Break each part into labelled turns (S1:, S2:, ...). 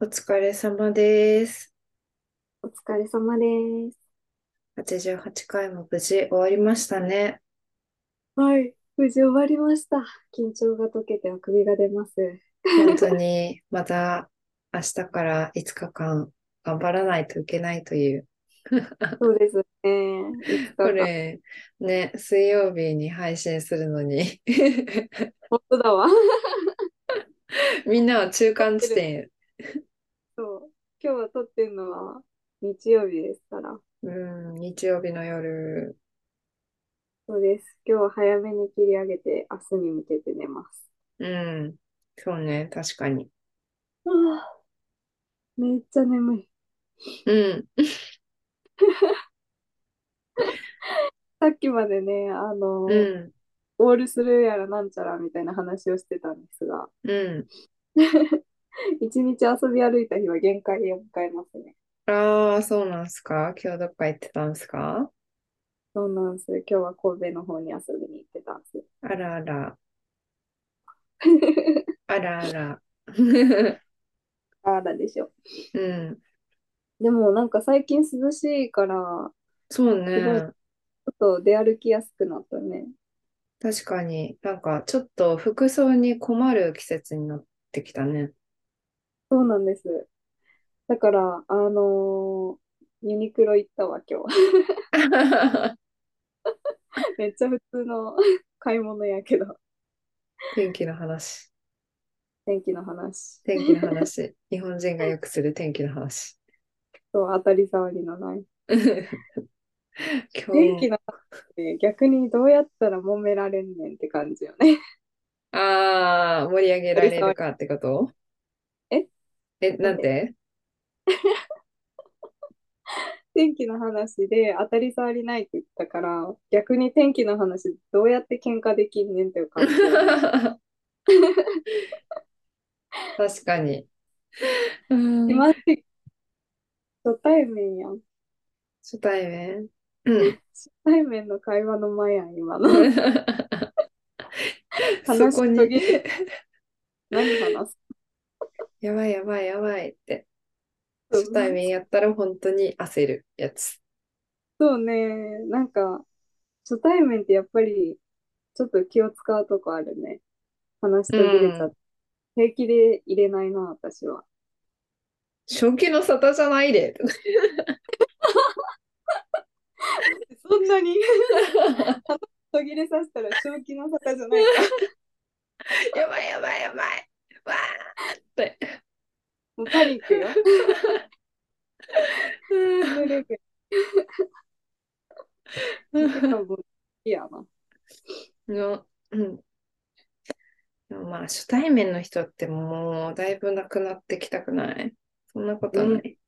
S1: お疲れ様です。
S2: お疲れ様です。
S1: 88回も無事終わりましたね。
S2: はい、無事終わりました。緊張が解けてあくびが出ます。
S1: 本当に、また明日から5日間頑張らないといけないという。
S2: そうですね。いつ
S1: こ
S2: かが。
S1: れ、ね、水曜日に配信するのに
S2: 本当だわ。
S1: みんなは中間
S2: 撮
S1: 地
S2: ってる
S1: 点。
S2: そう。今日は撮ってるのは日曜日ですから。
S1: うん、日曜日の夜。
S2: そうです。今日は早めに切り上げて、明日に向けて寝ます。
S1: うん、そうね、確かに。
S2: ああ、めっちゃ眠い。
S1: うん、
S2: さっきまでね、あ
S1: う
S2: の、
S1: ん、
S2: オールスルーやらなんちゃらみたいな話をしてたんですが、
S1: う
S2: 一日遊び歩いた日は限界を迎えますね。
S1: ん。ああ、そうなんすか今日どっか行ってたんすか
S2: そうなんです。今日は神戸の方に遊びに行ってたんですよ。
S1: あらあら、あらあら。
S2: あらでしょ。
S1: うん、
S2: でもなんか最近涼しいから、
S1: そう
S2: すごいち
S1: ね。
S2: ょっと出歩きやすくなったね。
S1: 確かに、なんかちょっと服装に困る季節になってきた ね。
S2: そうなんです。だから、あのーユニクロ行ったわ、今日。 めっちゃ普通の 買い物やけど。
S1: 天気の話。
S2: 天気の話。
S1: 天気の 話。日本人がよくする天気の 話。
S2: そう、当たり障りのない。天気
S1: 今
S2: の話って逆にどうやったら揉められんねんって感じよね。
S1: 日、ああ、盛り上げ
S2: 当
S1: ら
S2: たり
S1: れる
S2: 障
S1: かってこと
S2: り。え
S1: え、
S2: な
S1: なんん
S2: で
S1: て
S2: 天気の話で当たり障りないって言ったから、逆に天気の話どうやって喧嘩できんねんっていう 感じだよね。
S1: 確かに。うん、
S2: 今時初対面やん。
S1: 初対面。うん。
S2: 初対面の会話の前やん、今の。
S1: そ
S2: 話
S1: こ
S2: 途
S1: に
S2: 切れ、何話す
S1: やばいやばいやばいって。
S2: そ
S1: 初対
S2: う
S1: 面やったら本当に焦るやつ。
S2: そうね。なんか、初対面ってやっぱり、ちょっと気を使うとこあるね。話
S1: う
S2: 途切れちゃっ
S1: ん。
S2: て。平気で入れないな、私は。
S1: 正気の沙汰じゃないで。
S2: そんなに 話途切れさせたら正気の沙汰じゃないか。
S1: やばいやばいやばい。わーって。
S2: もうパニックよ。そのレベル。てかもう、いいやな。
S1: の、うん。でもまあ、初対面の人ってもうだいぶなくなってきたくないそんなこ
S2: う。
S1: となんい。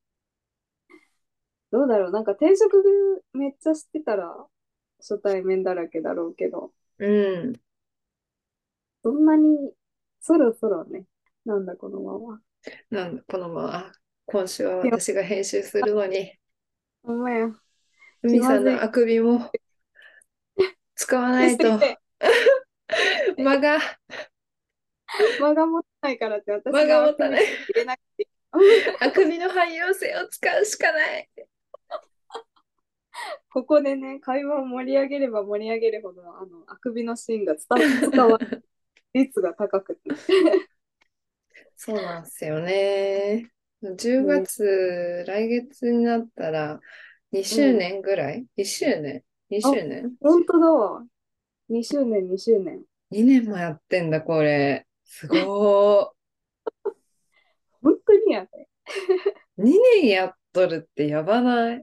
S2: どうだろう。なんか転職めっちゃしてたら、初対面だらけだろうけど、
S1: うん。
S2: そんなに、そろそろね、なんだこのまま。
S1: なんだ、このまま、今週はい
S2: や、
S1: 私が編集するのに、
S2: ほんまや、気
S1: 海
S2: ま
S1: さん
S2: ず
S1: の
S2: い。
S1: あくびも使わな
S2: し
S1: い
S2: すぎ
S1: と、
S2: て、
S1: 間が、
S2: 間が持たないからって
S1: 間
S2: 私
S1: が
S2: があ
S1: 持
S2: く
S1: た
S2: び
S1: ない。
S2: 入れなくていい。
S1: あくびの汎用性を使うしかない。
S2: ここでね、会話を盛り上げれば盛り上げるほど、あの、あくびのシーンが伝、伝わる率が高くて。
S1: そうなんですよね。10
S2: ね、
S1: 月、来月になったら
S2: う
S1: 2周
S2: ん。
S1: 年ぐらい ?1 周年 ?2
S2: あ、
S1: 周年
S2: 本当だわ。2周年、2周年。
S1: ?2 年もやってんだ、これ。す ご
S2: 本当にやね。
S1: ー。2年やっとるってやばない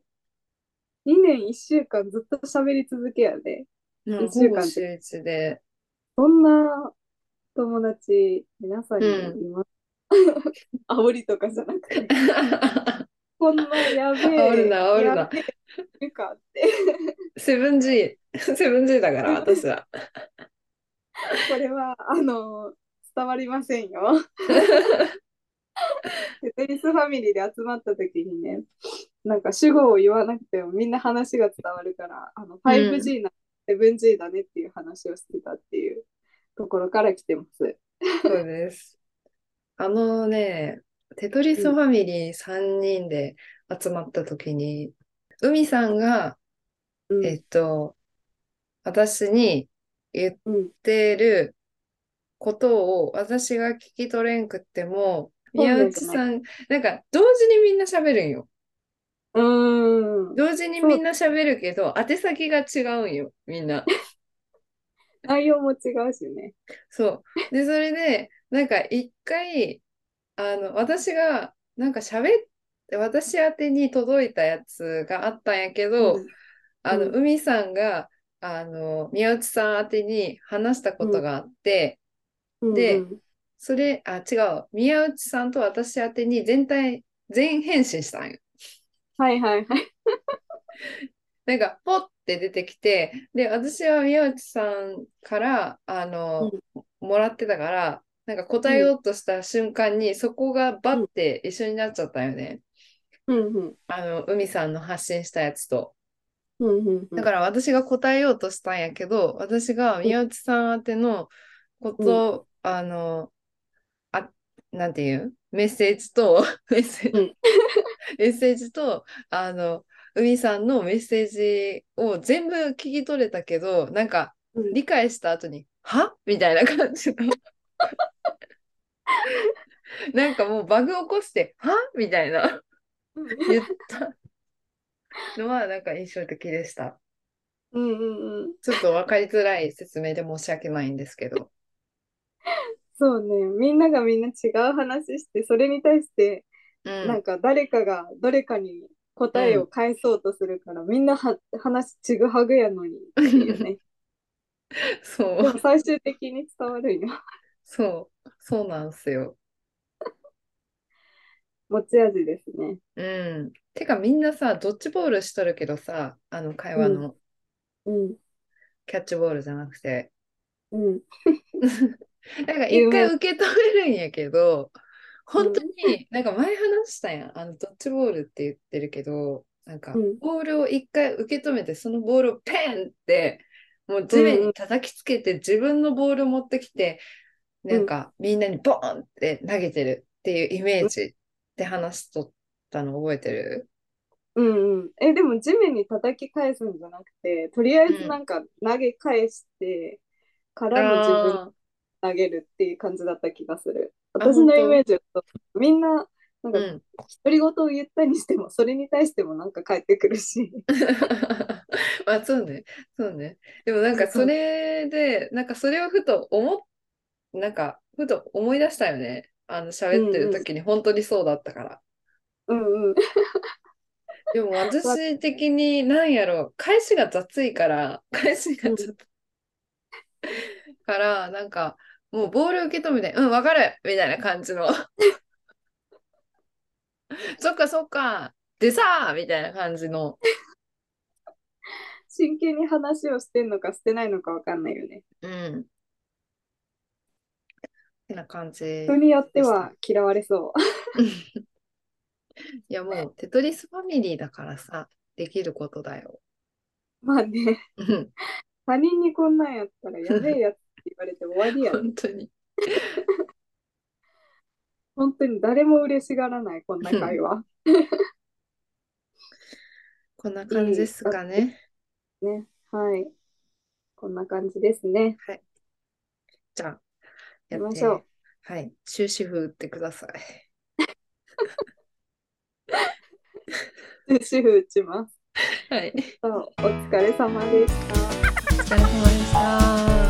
S2: 2年1週間ずっと喋り続けやで。
S1: なんか
S2: 1
S1: ほ
S2: 週
S1: ぼ
S2: 間って、
S1: 週1で。
S2: そんな友達、皆さ
S1: うん
S2: に
S1: ん。
S2: います。煽りとかじゃなくて、 こんなやべ
S1: 煽るな、
S2: え、
S1: 煽る
S2: や
S1: な。
S2: べえ、いるかって。
S1: セブン G、セブン G だ から、私は。
S2: これは、あの、伝わりませんよ。テトリスファミリーで集まった時にね、なんか主語を言わなくてもみんな話が伝わるから、あの、
S1: うん。
S2: 5G な、7G だねっていう話をしてたっていうところから来てます。
S1: そうです。あのね、テトリスファミリー3人で集まった時に、海さんが、
S2: うん
S1: えっと、私に言っ
S2: うん。
S1: てることを私が聞き取れんくっても、
S2: そうなん
S1: 宮
S2: じゃない
S1: 内さん、なんか同時にみんな喋るんよ。
S2: うーん。
S1: 同時にみんな喋るけど、宛先が違うんよ、みんな。
S2: 内容も違うしね。
S1: そう。で、それで、なんか一回、あの、私が、なんか喋って、私宛てに届いたやつがあったんやけど、
S2: うん
S1: あの、
S2: うん
S1: 海さんが、あの、宮内さん宛てに話したことがあって、で
S2: うんうん
S1: それ、あ、違う、宮内さんと私宛てに全体、全返信したんよ。
S2: はいはいはい。
S1: なんか、ポッて出てきて、で、私は宮内さんから、あの、もらってたから、なんか答えようとした瞬間に、そこがバッて一緒になっちゃったよね。
S2: うんうん。
S1: あの、海さんの発信したやつと。
S2: うんうんうん。
S1: だから私が答えようとしたんやけど、私が宮内さん宛てのこと、あの、あ、なんていうメッセージと、 メッセージ、
S2: うん
S1: メッセージと、あの、海さんのメッセージを全部聞き取れたけど、なんか
S2: うん
S1: 理解した後に、はみたいな感 じの。なんかもうバグ起こして、はみたいな言ったのはなんか印象的でした。
S2: うんうんうん。
S1: ちょっと分かりづらい説明で申し訳ないんですけど。
S2: そうね。みんながみんな違う話して、それに対して、
S1: う
S2: なん
S1: ん、
S2: か誰かがどれかに答えを返そうとするから、みんなは話ちぐはぐやのにっていう ね。
S1: そ
S2: で
S1: う、
S2: も最終的に伝わるんよ。
S1: そう、そうなんすよ。
S2: 持ち味ですね。
S1: うん。てかみんなさ、ドッジボールしとるけどさ、あの会話の
S2: うん。
S1: キャッチボールじゃなくて。
S2: うん。
S1: なんか一
S2: 有名
S1: 回受け止めるんやけど、本当に、なんか前話したやん。あの、ドッジボールって言ってるけど、なんか
S2: うん
S1: ボールを一回受け止めて、そのボールをペンって、もう地面に叩きつけて、自分のボールを持ってきて、
S2: ん
S1: なんかみんなにボーンって投げてるっていうイメージって話しとったの覚えてる
S2: うんうん。え、でも地面に叩き返すんじゃなくて、とりあえずなんか投げ返してからの自分に
S1: あ
S2: 投げるっていう感じだった気がする。
S1: あ
S2: 私
S1: 本
S2: の
S1: 当
S2: イメージだと、みんな、な
S1: ー
S2: んか
S1: うん。
S2: 独り言を言ったにしても、それに対してもなんか返ってくるし。
S1: まあそうね、そうね。でもなんかそれで、なんかそれをふと思っ、なんかふと思い出したよね。あの喋ってる時に本当にそうだったから。
S2: うんうん。
S1: でも私的になんやろ、返しが雑いから、返しがちょっと。から、なんかもうボール受け止めて、うん、わかるみたいな感 じの。そっかそっか、でさみたいな感じの。
S2: 真剣に話をしてんのかしてないのかわかんないよね。
S1: うん。ってな感じ。
S2: 人によっては嫌われそう。
S1: いやもう、テトリスファミリーだからさ、できることだよ。
S2: まあね、
S1: うん
S2: 他人にこんなんやったらやべえやつって言われて終わりやね。
S1: 本当に。
S2: 本当に誰も嬉しがらない、こんな会話。
S1: こんな感じですかね。
S2: ね。はい。こんな感じですね。
S1: じゃあ、や
S2: 行
S1: っ
S2: きま
S1: て。
S2: しょう。
S1: はい。終止符打ってください。
S2: 主婦打ちます。
S1: はい。
S2: そうお疲れ様でした。
S1: お疲れ様でした。